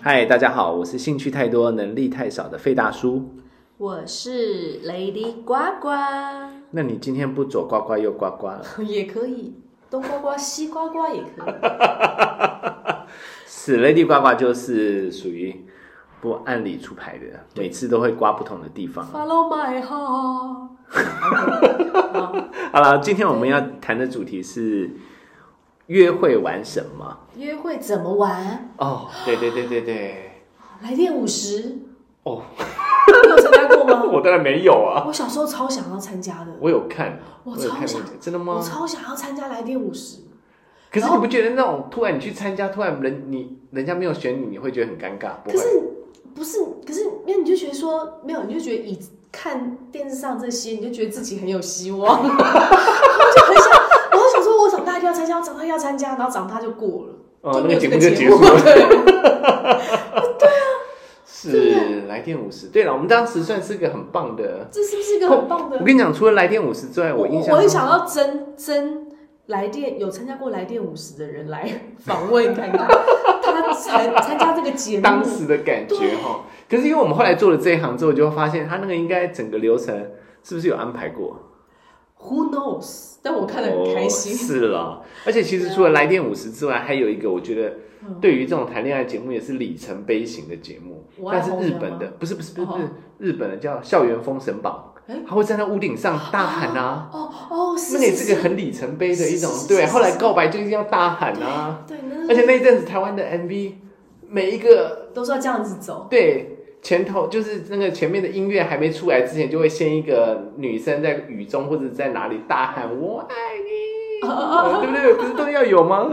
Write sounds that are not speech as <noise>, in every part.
嗨，大家好，我是兴趣太多、能力太少的费大叔。我是 Lady 呱呱，那你今天不左呱呱右呱呱了，也可以东呱呱西呱呱也可以。死 Lady 呱呱就是属于不按理出牌的，每次都会刮不同的地方。 <laughs> Follow my heart 好。好了，今天我们要谈的主题是约会玩什么？约会怎么玩？哦，对对对对对，来电五十，哦，你有参加过吗？ <laughs> 我当然没有啊，我小时候超想要参加的，我有看，我有超看想那个，真的我吗？超想要参加来电五十。可是然你后不觉得那种突然你去参加，突然人你人家没有选你，你会觉得很尴尬？不可会是不是？可是那你就觉得说没有，你就觉得以看电视上这些，你就觉得自己很有希望， <laughs> 我就很想，我就想说，我长大一定要参加，我长大一定要参加，然后长大就过了，哦，就那个没有节这目个就节结束了。 <laughs> 对，是来电五十。对了，我们当时算是个很棒的。这是不是一个很棒我的？跟你讲，除了来电五十之外，我印我象很想要真真来电有参加过来电五十的人来访问看看，他参参加这个节目，当时的感觉对哈。可是因为我们后来做了这一行之后，就会发现他那个应该整个流程是不是有安排过？ Who knows？但我看得很开哦心。是了，而且其实除了来电五十之外，还有一个我觉得嗯对于这种谈恋爱节目也是里程碑型的节目，我爱但是红日娘本的吗不是不是不是哦不是日本的叫校园封神榜诶，他会站在屋顶上大喊啊。哦哦，是那也是是个很里程碑的一种是是，是对。啊是后来告白就是要大喊啊，对，那而且那一阵子台湾的 MV 每一个都是要这样子走，对前头就是那个前面的音乐还没出来之前，就会先一个女生在雨中或者在哪里大喊“我爱你”，<laughs> 呃对不对？不是都要有吗？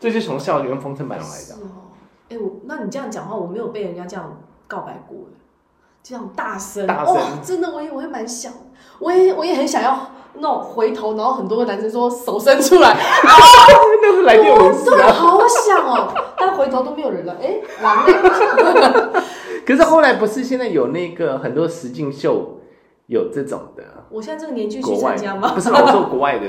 这就是从校园风尘版来是 <laughs> 的。哦。哎、我那你这样讲话，我没有被人家这样告白过，这样大声，大声哦，真的，我也我也蛮想，我也我也很想要那种回头，然后很多个男生说手伸出来，啊那 <laughs> 是来电哦文字对，啊。好想哦，但回头都没有人了，哎、完了， <laughs> 可是后来不是现在有那个很多实境秀有这种的，我现在这个年纪去国外参加吗？不是我说国外的，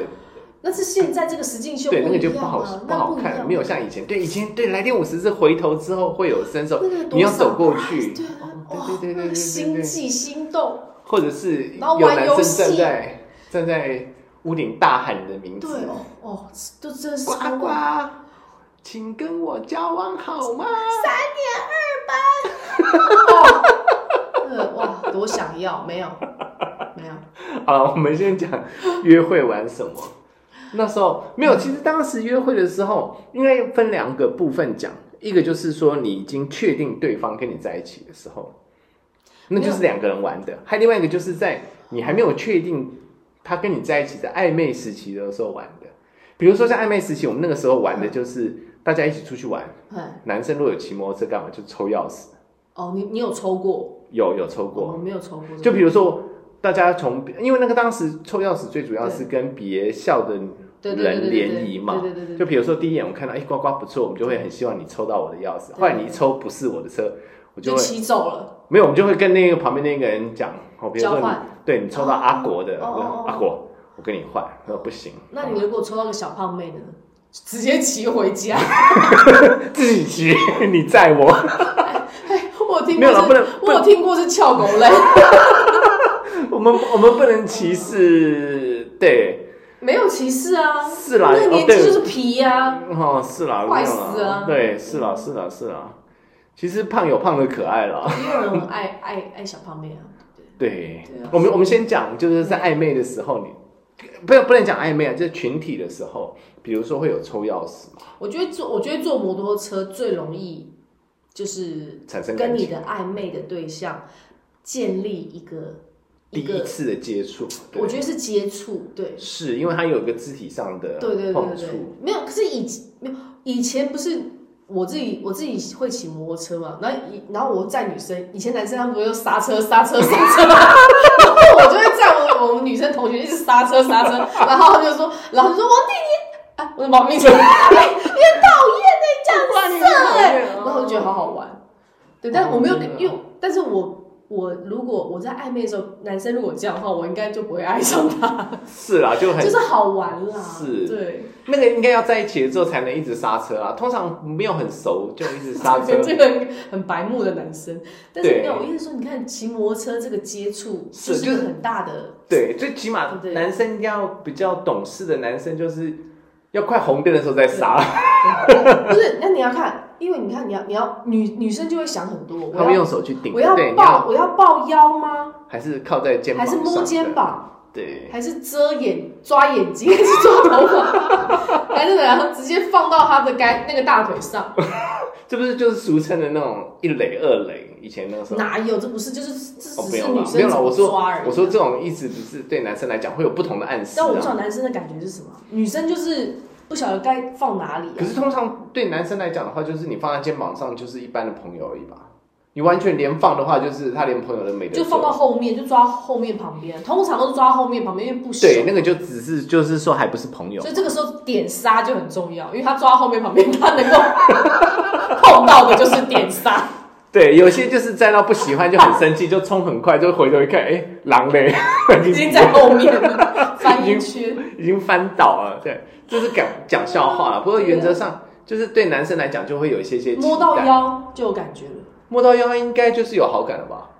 那是现在这个实境秀对，那不个一就样不好啊，不那好一样看，没有像以前。对，以前对来电五十是回头之后会有伸手那个，多你要少走过去，对啊，哇哦，对对对对那对个对心对，悸心动。或者是然后有玩男游生站戏在站在屋顶大喊你的名字对，哦哦，都真是呱呱，请跟我交往好吗？ <laughs> 呃哇，多想要，没有没有， <laughs> 好了，我们先讲约会玩什么。那时候没有，其实当时约会的时候，应该分两个部分讲，一个就是说你已经确定对方跟你在一起的时候，那就是两个人玩的；，还有另外一个就是在你还没有确定他跟你在一起的暧昧时期的时候玩的。比如说像暧昧时期，我们那个时候玩的就是大家一起出去玩，哎男生如果有骑摩托车干嘛就抽钥匙，哦，你你有抽过？有有抽过，我没有抽过，就比如说，大家从因为那个当时抽钥匙最主要是跟别校的对对对人对联谊嘛。对对对就对，比如说第一眼我看到，哎，呱呱不错，我们就会很希望你抽到我的钥匙。对后来你一抽不是我的车，我就就会哦骑走了，没有，我们就会跟那个旁边那个人讲，哦，比如说交你换对你抽到阿国的，哦我哦哦说哦阿国，我跟你换，他说不行，那你如果抽到个小胖妹的呢？直接骑 <laughs> 回家，自己骑， <laughs> 你载我， <laughs> 我有听没过有了，不是，能，不我能有，听过是翘狗 <laughs> 类，我们我们不能歧视，对，没有歧视啊，是啦，那个哦年对纪就是皮啊呀，哦，是啦，坏没有死啦了对，是啦，是啦，是啦。其实胖有胖的可爱啦。也有人很爱 <laughs> 爱爱小胖妹啊，对，对啊我们我们先讲，就是在暧昧的时候你，不要不能讲暧昧啊，就是群体的时候，比如说会有抽钥匙嘛，我觉得坐我觉得坐摩托车最容易就是产生跟感你情，的暧昧的对象建立一个第一一个，次的接触，对我觉得是接触，对是因为它有一个肢体上的对对对碰对对触，，没有。可是以没有以前不是我自己我自己会骑摩托车嘛，然后以然后我载女生，以前男生他们不是刹车刹车刹 <laughs> 车，然后我就会载我我们女生同学一直刹车刹车，然后他就说，然后就说王弟你啊，我的毛 <laughs> 病是，你很讨厌欸的这样子。欸对哦啊然后我就觉得好好玩。对，但我没有，因为但是我我如果我在暧昧的时候，男生如果这样的话，我应该就不会爱上他，是啦，就很就是好玩啦。是对，那个应该要在一起了之后才能一直刹车啊，通常没有很熟就一直刹 <laughs> 车，这个很白目的男生，但是对没有，我意思说，你看骑摩托车这个接触，是就是一就个是很大 <laughs> 的，对，最起码对男生要比较懂事的男生就是要快红灯的时候再刹，不是？那你要看，因为你看，你要你要女女生就会想很多，他我会要用手去顶，我要对，你抱我要抱腰吗？还是靠在肩膀还上是的，摸肩膀？对，还是遮眼抓眼睛？还是抓头发？ <laughs> 还是怎样？直接放到他的该那个大腿上？这不是就是俗称的那种一垒二垒，以前那个时候。哪有？这不是，就是这哦，没只是有啦女，没有生啦，我怎么抓说而已。我说这种意思只是对男生来讲会有不同的暗示但我不啊知。道男生的感觉是什么，女生就是不晓得该放哪里、可啊。是通常对男生来讲的话，就是你放在肩膀上就是一般的朋友而已吧。你完全连放的话，就是他连朋友都没得就放做。到后面，就抓后面旁边，通常都是抓后面旁边，因为不熟，对，那个就只是就是说还不是朋友所。以这个时候点刹就很重要，因为他抓后面旁边，他能够碰到的就是点刹。对，有些就是站到不喜欢就很生气， <laughs> 就冲很快，就回头一看，哎、狼嘞，已经在后面了，翻一圈。 <laughs> 已经翻倒了。对，这是讲讲笑话了。不过原则上就是对男生来讲就会有一些些期待摸到，腰就有感觉了。摸到腰应该就是有好感了吧？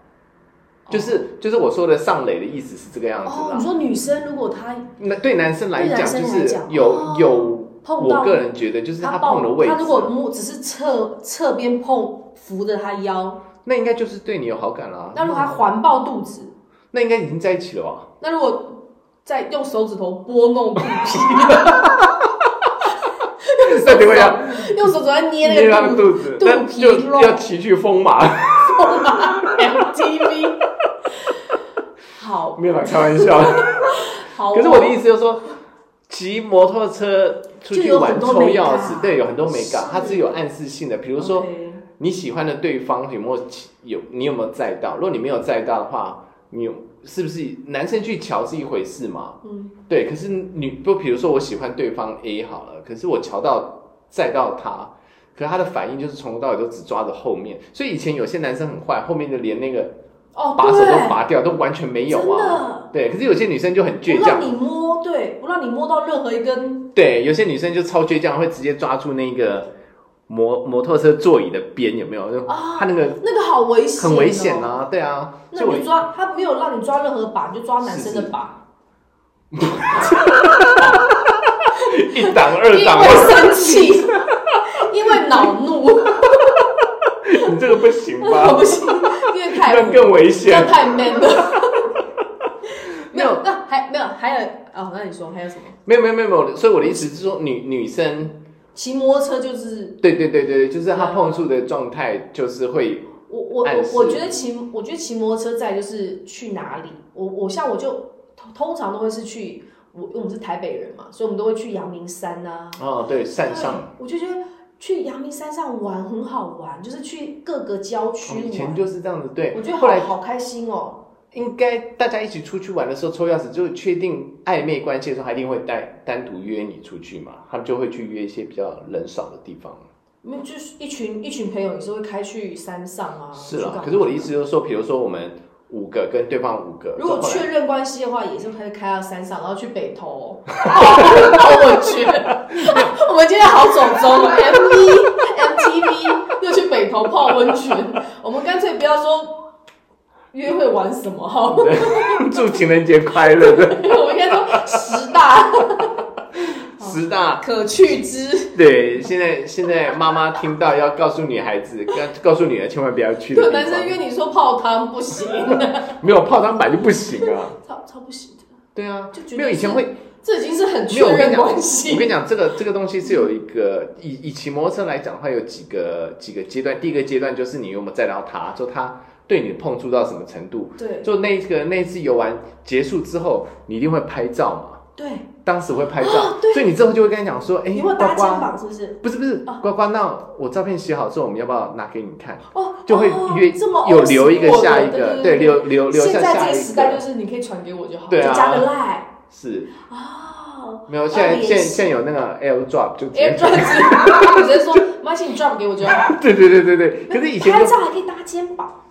就是就是我说的上垒的意思是这个样子哦，啦你。说女生如果她那对男生来对讲男生就来是讲有哦有，碰我到个人觉得就是他他抱碰的位置他如果啊，摸只是侧侧边碰扶着他腰，那应该就是对你有好感啦。那如果他环抱肚子，那应该已经在一起了 <laughs> 吧？那如果再用手指头拨弄肚皮，那等会要 <laughs> 用手指头在捏捏他那个的肚肚子，肚那皮就肉要骑去疯 <laughs> 马，痛嘛 <laughs> ，MTV，好没有啦，开玩 <laughs> 笑。好哦，可是我的意思就是说，骑摩托车出就去有很玩多抽美钥感匙，对，有很多美感是，它是有暗示性的。比如说 OK，你喜欢的对方有没有骑有你有没有载到？如果你没有载到的话，你有是不是男生去瞧是一回事嘛？嗯，对，可是你不，比如说我喜欢对方 A 好了，可是我瞧到载到他，可是他的反应就是从头到尾都只抓着后面，所以以前有些男生很坏，后面就连那个哦，把手对都拔掉，都完全没有真啊。的对，可是有些女生就很倔不强让，你摸，对，不让你摸到任何一根，对，有些女生就超倔强，会直接抓住那个摩摩托车座椅的边，有没有？就啊她那个那个好危险，哦很危险。啊，对啊，那所以我你就抓他没有让你抓任何把，你就抓男生的把，一档二档因，为 <laughs> 生气，因为恼怒。你这个不行我吧？ <laughs> 不行，因 <laughs> 为太这样更危这样险。太 man 了。<laughs> 没没有有，那还没有，还有哦，那你说还有什么？没有没有没有没有，所以我的意思是说，女女生，骑摩托车就是对对对对，就是她碰触的状态，就是会我我暗我示我觉得骑我觉得骑摩托车在就是去哪里，我我像我就通通常都会是去我因为我们是台北人嘛，所以我们都会去阳明山呐、哦，对，善上。对我就觉得去阳明山上玩很好玩，就是去各个郊哦区以前玩，就是这样子，对。我觉得后来好好开心哦。应该大家一起出去玩的时候抽钥匙，就确定暧昧关系的时候，他一定会单单独约你出去嘛，他们就会去约一些比较人少的地方。没有，就是一群一群朋友也是会开去山上啊。是去干啦嘛，可是我的意思就是说，比如说我们五个跟对方五个，如果之后来确认关系的话，也是可以开到山上，然后去北投。好我去，我们今天好走中哦，M V M T V 又去北投泡温泉。我们干脆不要说约会玩什么哈， <laughs> 祝情人节快乐的我们应该说十大十大，可去之。对，现在现在妈妈听到要告诉女孩子，告告诉女儿千万不要去的有地男生方，约你说泡汤不行，没有泡汤板就不行啊。超超不行的，对啊就觉，得没有以前是会这已经是很没有确我跟你认讲关我系。跟你讲，这个这个东西是有一个以以骑摩托车来讲的话，有几个几个阶段。第一个阶段就是你有没有载到他，就他对你碰触到什么程度。对就那个那次游玩结束之后，你一定会拍照嘛？对，当时会拍照，啊对所以你之后就会跟他讲说，哎、你呱问搭肩呱，膀是不是？不是不是，啊呱呱，那我照片洗好之后，我们要不要拿给你看？哦，就会哦约这么哦有留一个 old school 下一的个，对，留留留下现在这下个一时代个就，是你可以传给我就好，对啊就加个 line 是哦。没有。现那在我也现在是现在有那个 AirDrop 就直 a i 接 r d r o p <laughs> 直 <laughs> 接说，妈，请你 drop 给我就好。对对对对对。可是以前就拍照还可以搭肩膀，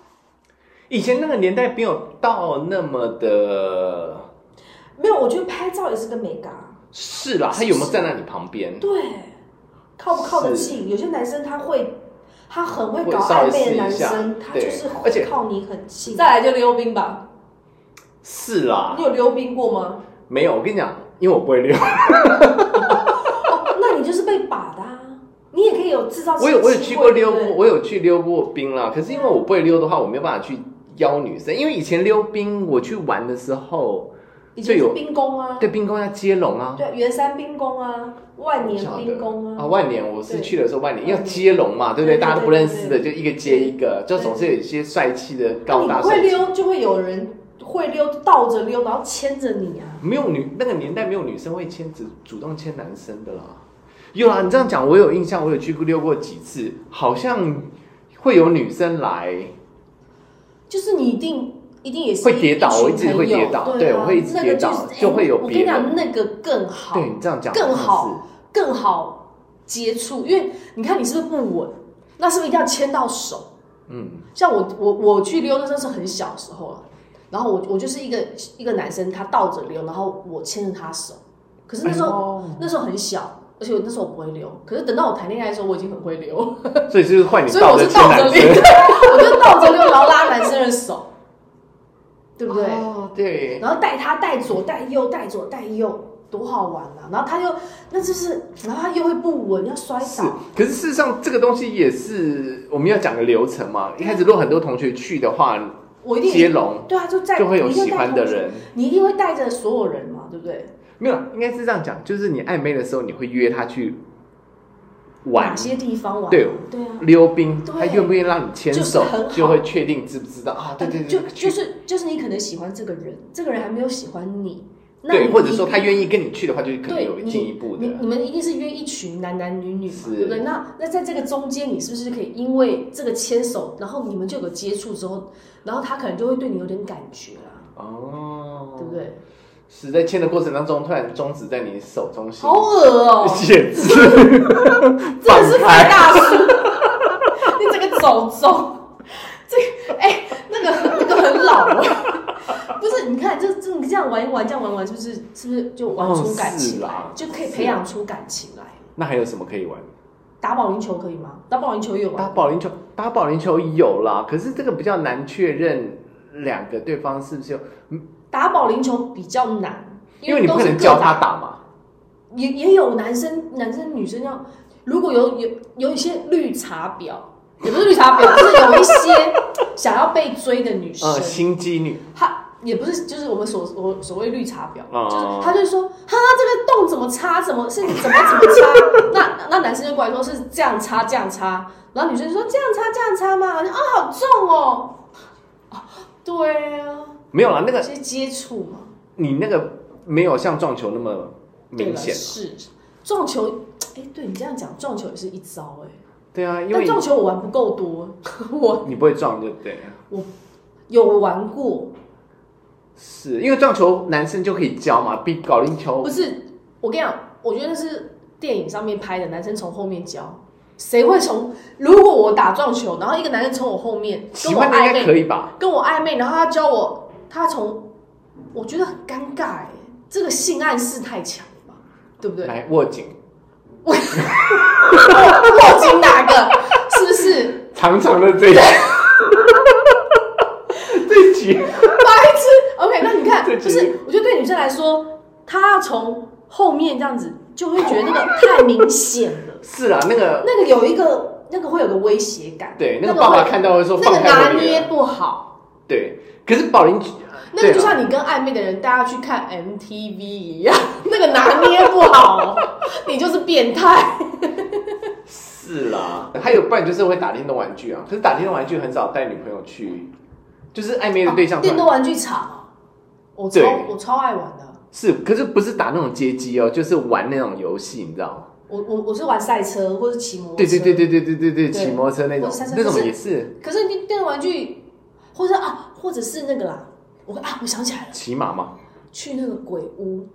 以前那个年代没有到那么的，没有，我觉得拍照也是个美感啊。是啦，他有没有站在你旁边？对，靠不靠得近？有些男生他会，他很会搞会稍暧微昧的男试一下生，他对就是而且会靠你很近。再来就溜冰吧，是啦你，有溜冰过吗？没有，我跟你讲，因为我不会溜，哦，那你就是被把的啊！你也可以有制造我有我有去过溜对过不，对我有去溜过冰啦。可是因为我不会溜的话，我没有办法去邀女生，因为以前溜冰我去玩的时候，以前就是有冰宫啊，对冰宫要接龙啊，对，圆山冰宫啊，万年冰宫啊，啊，万年我是对去的时候，万年万要年接龙嘛，对不对对？对大家都不认识的，对就一个接一个，就对总是有一些帅气的那高你哦大不会帅气。溜，就会有人会溜，倒着溜，然后牵着你啊。没有女那个年代没有女生会牵主主动牵男生的啦。有啦，你这样讲我有印象，我有去溜过几次，好像会有女生来，就是你一定一定也是会跌倒，一我一群直会朋友跌倒，对对，啊我会一直那跌个倒，是就会有哎我跟别你讲，人。那个更好，对你这样讲更好真的是更好接触，因为你看你是不是不稳，那是不是一定要牵到手？嗯，像我我我去溜那时候是很小的时候了，然后我我就是一个一个男生，他倒着溜，然后我牵着他手，可是那时候、候，那时候很小。而且我那时候我不会溜，可是等到我谈恋爱的时候，我已经很会溜， <laughs> 所以就是换你所以我着是牵倒着男溜，啊生，我就倒着溜，然后拉男生的手，对不对？哦， <laughs> 对，然后带他带左带右带左带右，多好玩啊！然后他又那就是，然后他又会不稳，要摔是倒。，可是事实上这个东西也是我们要讲的流程嘛。一开始如果很多同学去的话，我一接定龙对啊，就在就会有你一定喜带欢的同学，人。你一定会带着所有人嘛，对不对？没有，应该是这样讲，就是你暧昧的时候，你会约他去玩哪些地方玩？对对啊，溜冰，对他愿不愿意让你牵手就是很，好就会确定知不知道啊？对对就对，就去是就是你可能喜欢这个人，这个人还没有喜欢你，那对，你或者说他愿意跟你去的话，就可能对有你进一步你的。你们一定是约一群男男女女嘛，是对不对？那那在这个中间，你是不是可以因为这个牵手，然后你们就有接触之后，然后他可能就会对你有点感觉啦，哦，对不？对？是在牵的过程当中，突然终止在你手中心好恶哦、写字，真的是放开肥 <laughs> 大叔，你整个走中，这个哎、那个那个很老啊。不是，你看，就这你这样玩一玩，这样玩一玩，是不是是不是就玩出感情来，哦是啦就可以培养出感情来？那还有什么可以玩？打保龄球可以吗？打保龄球也有玩打保龄球，打保龄球有啦，可是这个比较难确认两个对方是不是有，打保龄球比较难，因为你不都可是能各教他，打嘛。也也有男生男生女生要，如果有有有一些绿茶婊，也不是绿 <laughs> 茶婊，就是有一些想要被追的女生，呃，心机女，她也不是就是我们所所所谓绿茶婊，哦就是她就说哈这个洞怎么插，怎么是怎么怎么插， <laughs> 那那男生就过来说是这样插这样插，然后女生就说这样插这样插嘛，就啊好重哦，啊对啊，没有啦，那个有些接触嘛。你那个没有像撞球那么对明了，显。是撞球，哎、对你这样讲，撞球也是一招哎、对啊，因但为撞球我玩不够多，我你不会撞，对不对？有玩过，是因为撞球男生就可以教嘛，比保龄球不是我跟你讲，我觉得那是电影上面拍的，男生从后面教。谁会从？如果我打撞球，然后一个男生从我后面跟喜我欢的应暧该可昧，以吧？跟我暧昧，然后他教我，他从，我觉得很尴尬哎、这个性暗示太强了吧，对不对？ <laughs> 来握紧，握紧哪个？是不是？长长的这一这一集白痴。OK，那你看， <laughs> 这不其是实，我觉得对女生来说，她要从后面这样子，就会觉得那个太明显了，是啦，那个那个有一个，那个会有个威胁感，对那个那个爸爸会看到会说那放个开拿我女捏儿，不好。对。可是保龄球，那个就对啊像你跟暧昧的人，大家去看 MTV 一样，那个拿捏不好，你就是变态。是啦，还有不然就是会打电动玩具啊。可是打电动玩具很少带女朋友去，就是暧昧的对象、啊电动玩具场，我超对我超爱玩的。是，可是不是打那种街机哦，就是玩那种游戏，你知道吗？我我我是玩赛车或者骑摩托对车对对对对对对对，对骑摩托车那种或者，那三三不种是也是可是你电动玩具，或者啊，或者是那个啦，我啊，我想起来了，骑马嘛。去那个鬼屋。嗯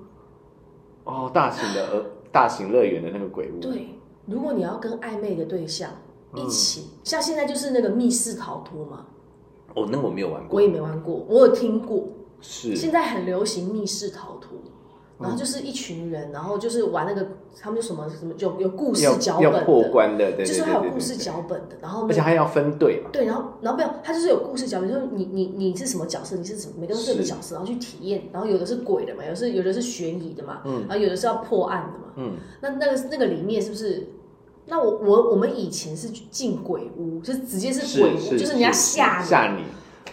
哦，大型的呃，大型乐园的那个鬼屋。对，如果你要跟暧昧的对象嗯一起，像现在就是那个密室逃脱嘛，哦，那我没有玩过我，也没玩过，我有听过，是现在很流行密室逃脱，嗯然后就是一群人，然后就是玩那个，他们就什么什么有有故事要脚要本破的，关的，对对就对是对还对有故事对脚本的，然后而那且还要分队嘛，对，然后然后没有，他就是有故事脚本，就是你你你是什么角色，你是什么，每个人都有个角色，然后去体验，然后有的是鬼的嘛，有的是有的是悬疑的嘛，嗯然后有的是要破案的嘛，嗯，那那个那个里面是不是？那我我我们以前是进鬼屋，是直接是鬼屋，是就是人家吓你，吓你，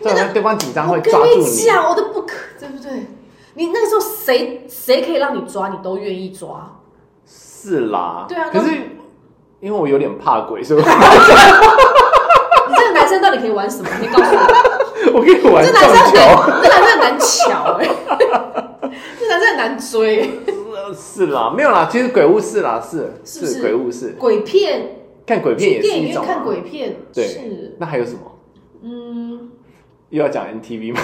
这样对方紧张会我抓跟住你你，讲，我都不可，对不对？你那个时候谁谁可以让你抓，你都愿意抓。是啦，对啊可是因为我有点怕鬼， <laughs> 所以我你这个男生到底可以玩什么？你告诉我，我可以 <laughs> 玩这撞男生很球，难，这男生很难巧哎、 <laughs> 这男生很难追。 <laughs> 是啦，没有啦，其实鬼屋是啦，是是不是鬼屋是鬼片，看鬼片去也是电影一院种看啊，鬼片，对是，那还有什么？嗯，又要讲 NTV 吗？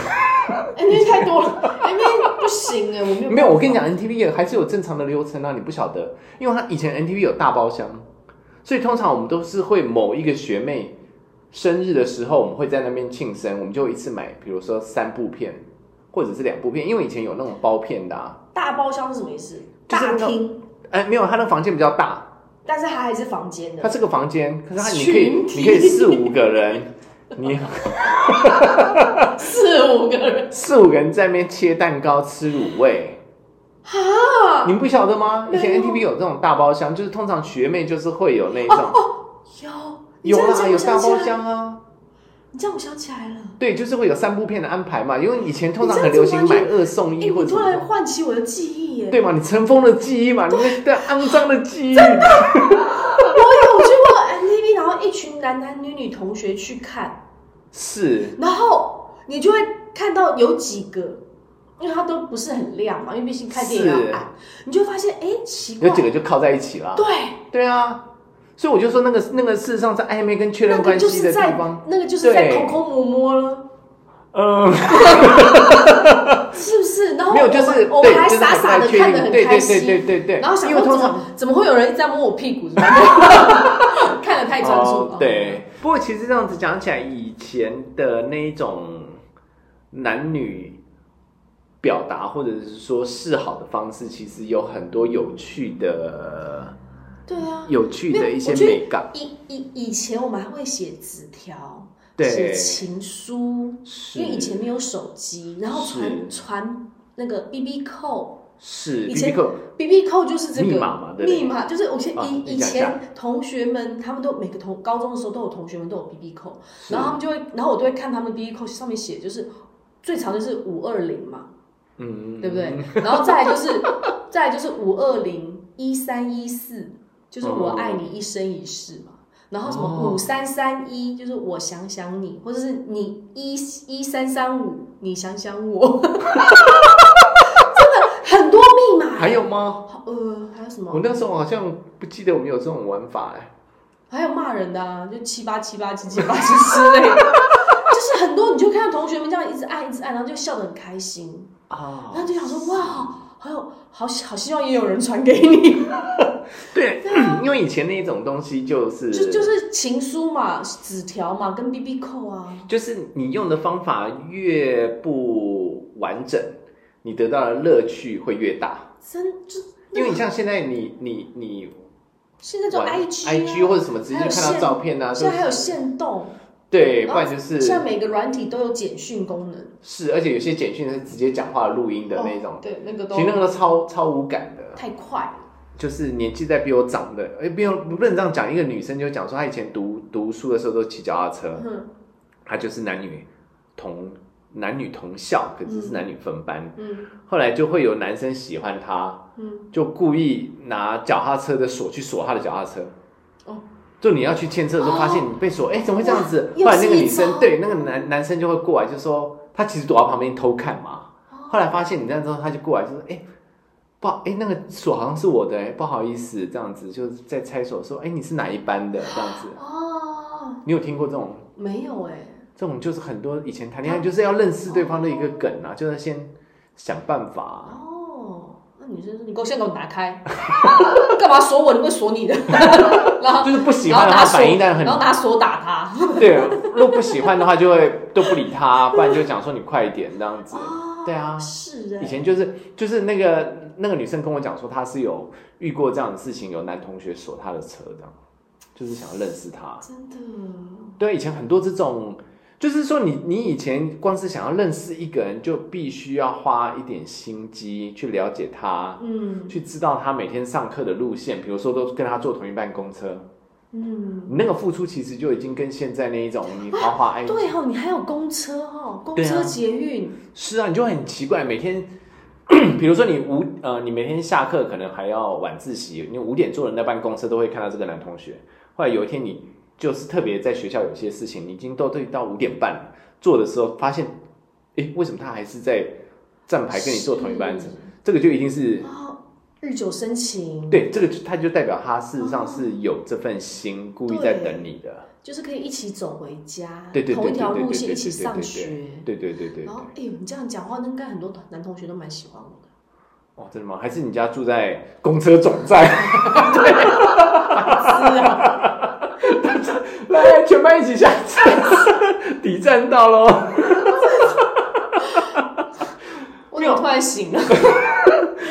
哎、那太多 <laughs> 了，哎、那不行哎、我没有，没有，我跟你，讲，NTV 也还是有正常的流程啊，你不晓得，因为他以前 NTV 有大包厢，所以通常我们都是会某一个学妹生日的时候，我们会在那边庆生，我们就一次买，比如说三部片或者是两部片，因为以前有那种包片的啊，大包厢是什么意思？就是大那种厅，哎，没有，他那房间比较大，但是它还是房间他的，这个房间，可是他你可以群体你可以四五个 <laughs> 人，你四五个人四五个人在那边切蛋糕吃卤味。啊，你们不晓得吗？以前没有 NTV 有这种大包厢，就是通常学妹就是会有那一种，哦有，你有这样啦，讲有我想大起包来，厢啊。你这样我想起来了。对，就是会有三部片的安排嘛，因为以前通常你这很样流行子买完二送哎、一或你者突什然么，唤起我的记忆耶！对嘛？你尘封的记忆嘛，你那个肮脏的记忆，我有去过 MTV，然后一群男男女女同学去看，是然后你就会看到有几个，因为它都不是很亮嘛，因为毕竟看电影是要暗，你就会发现哎、奇怪，有几个就靠在一起啦。对，对啊，所以我就说那个那个事实上是暧昧跟确认那个关就系是的地在方，那个就是在对偷偷摸摸了，嗯，是不是？然后没有我就是们我们对还就是傻很傻快的确看得定很对开对对心，对对对，然后想因为说通怎常么怎么会有人一直在摸我 <laughs> 屁股？怎么看得太专注哦了，对，不过其实这样子讲起来，以前的那一种男女表达或者是说示好的方式，其实有很多有趣的、对啊。有趣的一些没有我觉得美感。以以以前我们还会写纸条，对写情书，是因为以前没有手机，然后传是传那个 B B 扣是 B 以前 B 扣， ，B B 扣就是这个密码嘛对不对密码就是我前啊以你讲以一下前同学们他们都每个同高中的时候都有同学们都有 B B 扣，是然后他们就会，然后我都会看他们 B B 扣上面写就是最长就是五二零嘛，嗯对不对？？然后再来就是 <laughs> 再来就是五二零一三一四，就是我爱你一生一世嘛。然后什么哦五三三一，就是我想想你，或者是你一一三三五，你想想我， <laughs> 真的很多密码。还有吗？好呃还有什我么？那时候好像不记得我们有这种玩法哎、还有骂人的啊，就七八七八七七八七之类的，就是很多你就看到同学们这样一直按一直按，然后就笑得很开心。啊然后就想说，哇，好有好希好希望也有人传给你，对，因为以前那一种东西就是就就是情书嘛、纸条嘛，跟 B B 扣啊，就是你用的方法越不完整，你得到的乐趣会越大。真就因为你像现在你你你现在就玩 I G、啊、 IG 或者什么，直接还有看到线照片啊，现在还有哦都是限动，对，然后不然就是现在每个软体都有简讯功能是，而且有些简讯是直接讲话录音的那哦种，对，那个都其实那个都超超无感的。太快了，就是年纪在比我长的，哎，不用不能这样讲。一个女生就讲说，她以前读读书的时候都骑脚踏车，嗯她就是男女同男女同校，可是是男女分班。嗯后来就会有男生喜欢她，嗯，就故意拿脚踏车的锁去锁她的脚踏车。哦，就你要去牵车的时候，发现你被锁，哎、怎么会这样子？哇后来那个女哦又是一生招对那个男男生就会过来，就说他其实躲在旁边偷看嘛。后来发现你这样之后，他就过来就说，哎、不好，哎、那个锁好像是我的、哎，不好意思，这样子就在猜锁，说，哎、你是哪一班的？这样子，哦，你有听过这种？没有哎、这种就是很多以前谈恋爱就是要认识对方的一个梗啊，就是要先想办法啊、哦，那那女生说：“你给我现在给我拿开，干嘛锁我？你不会锁你的。”然后 <laughs> 就是不喜然欢后的拿话锁反应，但然后很拿锁打他。对。如果不喜欢的话，就会都不理他，不然就讲说你快一点这样子。哦对啊是以哎，前就是就是那个那个女生跟我讲说，她是有遇过这样的事情，有男同学锁她的车这样，就是想要认识她。真的对，以前很多这种，就是说你你以前光是想要认识一个人，就必须要花一点心机去了解他，嗯去知道他每天上课的路线，比如说都跟他坐同一班公车，嗯，你那个付出其实就已经跟现在那一种你豪华爱对哦，你还有公车哦，公对车啊捷运，是啊，你就会很奇怪，每天， <coughs> 比如说你五呃，你每天下课可能还要晚自习，你五点坐的那班公车都会看到这个男同学。后来有一天你就是特别在学校有些事情，你已经都对到五点半了做的时候，发现，诶，为什么他还是在站牌跟你坐同一班车？这个就一定是啊，日久生情，对，这个就他就代表他事实上是有这份心，故意在等你的。就是可以一起走回家，对对对同一条对对路对线对一起对对上对学。对对对对对然后，哎呦，你这样讲话，应该很多男同学都蛮喜欢我的。哦，真的吗？还是你家住在公车总站？ <laughs> 是啊，来来，全班一起下车， <laughs> 敌战到喽！我怎么突然醒了？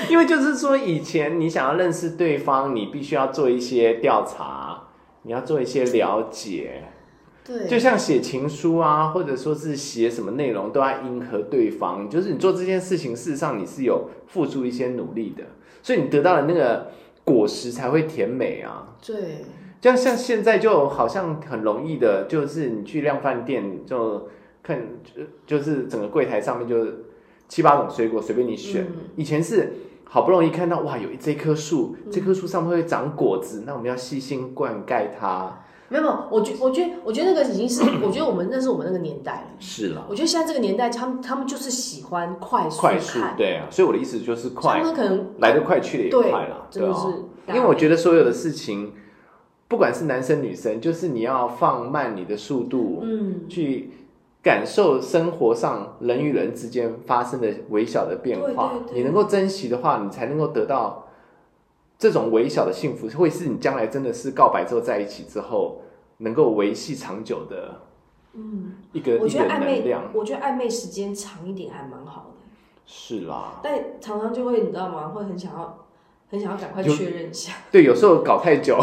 因为就是说，以前你想要认识对方，你必须要做一些调查，你要做一些了解， <laughs> 对，就像写情书啊，或者说是写什么内容，都要迎合对方。就是你做这件事情，事实上你是有付出一些努力的，所以你得到的那个果实才会甜美啊。对，这样像现在就好像很容易的，就是你去量饭店就看，就就是整个柜台上面就七八种水果随便你选。嗯以前是好不容易看到哇，有一这棵树，这棵树上面会长果子，那我们要细心灌溉它。没有没有，我觉我觉我觉得那个已经是，我觉得我们那是我们那个年代了。是啦，我觉得现在这个年代，他们他们就是喜欢快速快速看，对啊，所以我的意思就是他快，们可能来得快去得也对快啦，真对的啊是。，因为我觉得所有的事情，不管是男生女生，就是你要放慢你的速度，嗯，去感受生活上人与人之间发生的微小的变化。对对对你能够珍惜的话，你才能够得到这种微小的幸福，会是你将来真的是告白之后在一起之后能够维系长久的，嗯，一个我一觉个得暧能昧量，我觉得暧昧时间长一点还蛮好的，是啦。但常常就会你知道吗？会很想要，很想要赶快有确认一下， <laughs> 对，有时候搞太久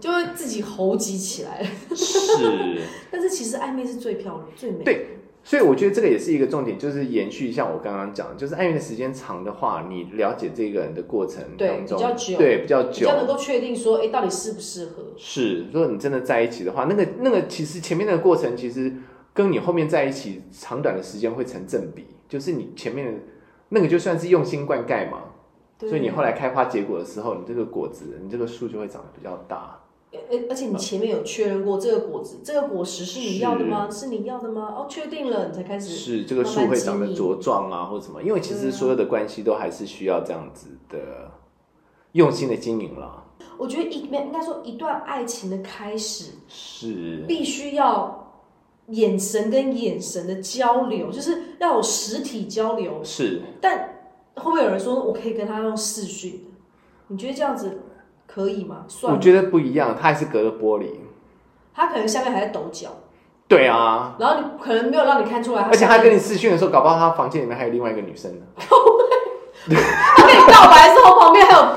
就会自己猴急起来了。是。但是其实暧昧是最漂亮、最美的。对所以我觉得这个也是一个重点，就是延续像我刚刚讲的，就是暧昧的时间长的话，你了解这个人的过程对当中，比较久对比较比久，较能够确定说，哎、到底适不适合？是，如果你真的在一起的话，那个那个其实前面那个过程，其实跟你后面在一起长短的时间会成正比，就是你前面的那个就算是用心灌溉嘛，对所以你后来开花结果的时候，你这个果子，你这个树就会长得比较大。而而而且你啊前面有确认过这个果子，这个果实是你要的吗？是你要的吗？哦，确定了，你才开始。是这个树会长得茁壮啊，或者什么，因为其实所有的关系都还是需要这样子的用心的经营啦。我觉得一应该说一段爱情的开始，是，必须要眼神跟眼神的交流，就是要有实体交流。是，但会不会有人说，我可以跟他用视讯的？你觉得这样子可以吗？算我吗觉得不一样，它还是隔着玻璃。他可能下面还在抖脚，对啊，然后你可能没有让你看出来，而且他下面跟你私讯的时候，搞不好他房间里面还有另外一个女生呢。他跟你告白之后，旁边还有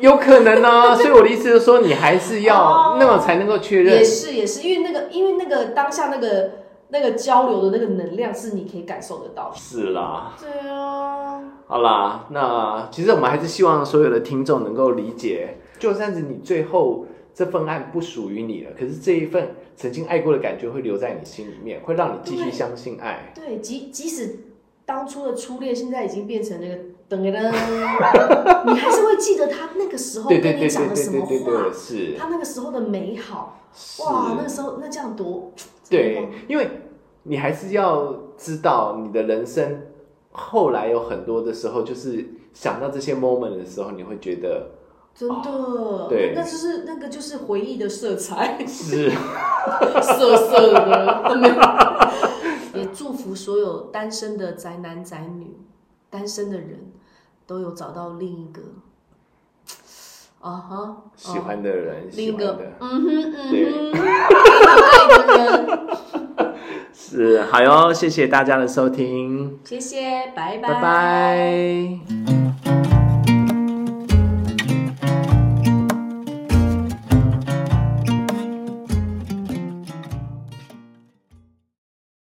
有可能啊，所以我的意思就是说，你还是要哦那么才能够确认也。是也是，因为那个因为那个当下那个那个交流的那个能量是你可以感受得到的。是啦，对啊，好啦，那其实我们还是希望所有的听众能够理解，就算是你最后这份爱不属于你了，可是这一份曾经爱过的感觉会留在你心里面，会让你继续对相信爱。对，即即使当初的初恋，现在已经变成那个噔噔噔， <laughs> 你还是会记得他那个时候对跟对你对讲对了对什对么对对，话，是他那个时候的美好，是。哇，那个时候那这样多，对，因为你还是要知道你的人生后来有很多的时候，就是想到这些 moment 的时候，你会觉得真的，对那就是那个就是回忆的色彩，是。色色的。 <laughs> 也祝福所有单身的宅男宅女、单身的人都有找到另一个，啊哈，哦喜欢的人，喜另一欢个的，嗯哼嗯对哼，另 <laughs> 一个爱的人，是好哟，谢谢大家的收听，谢谢，拜拜拜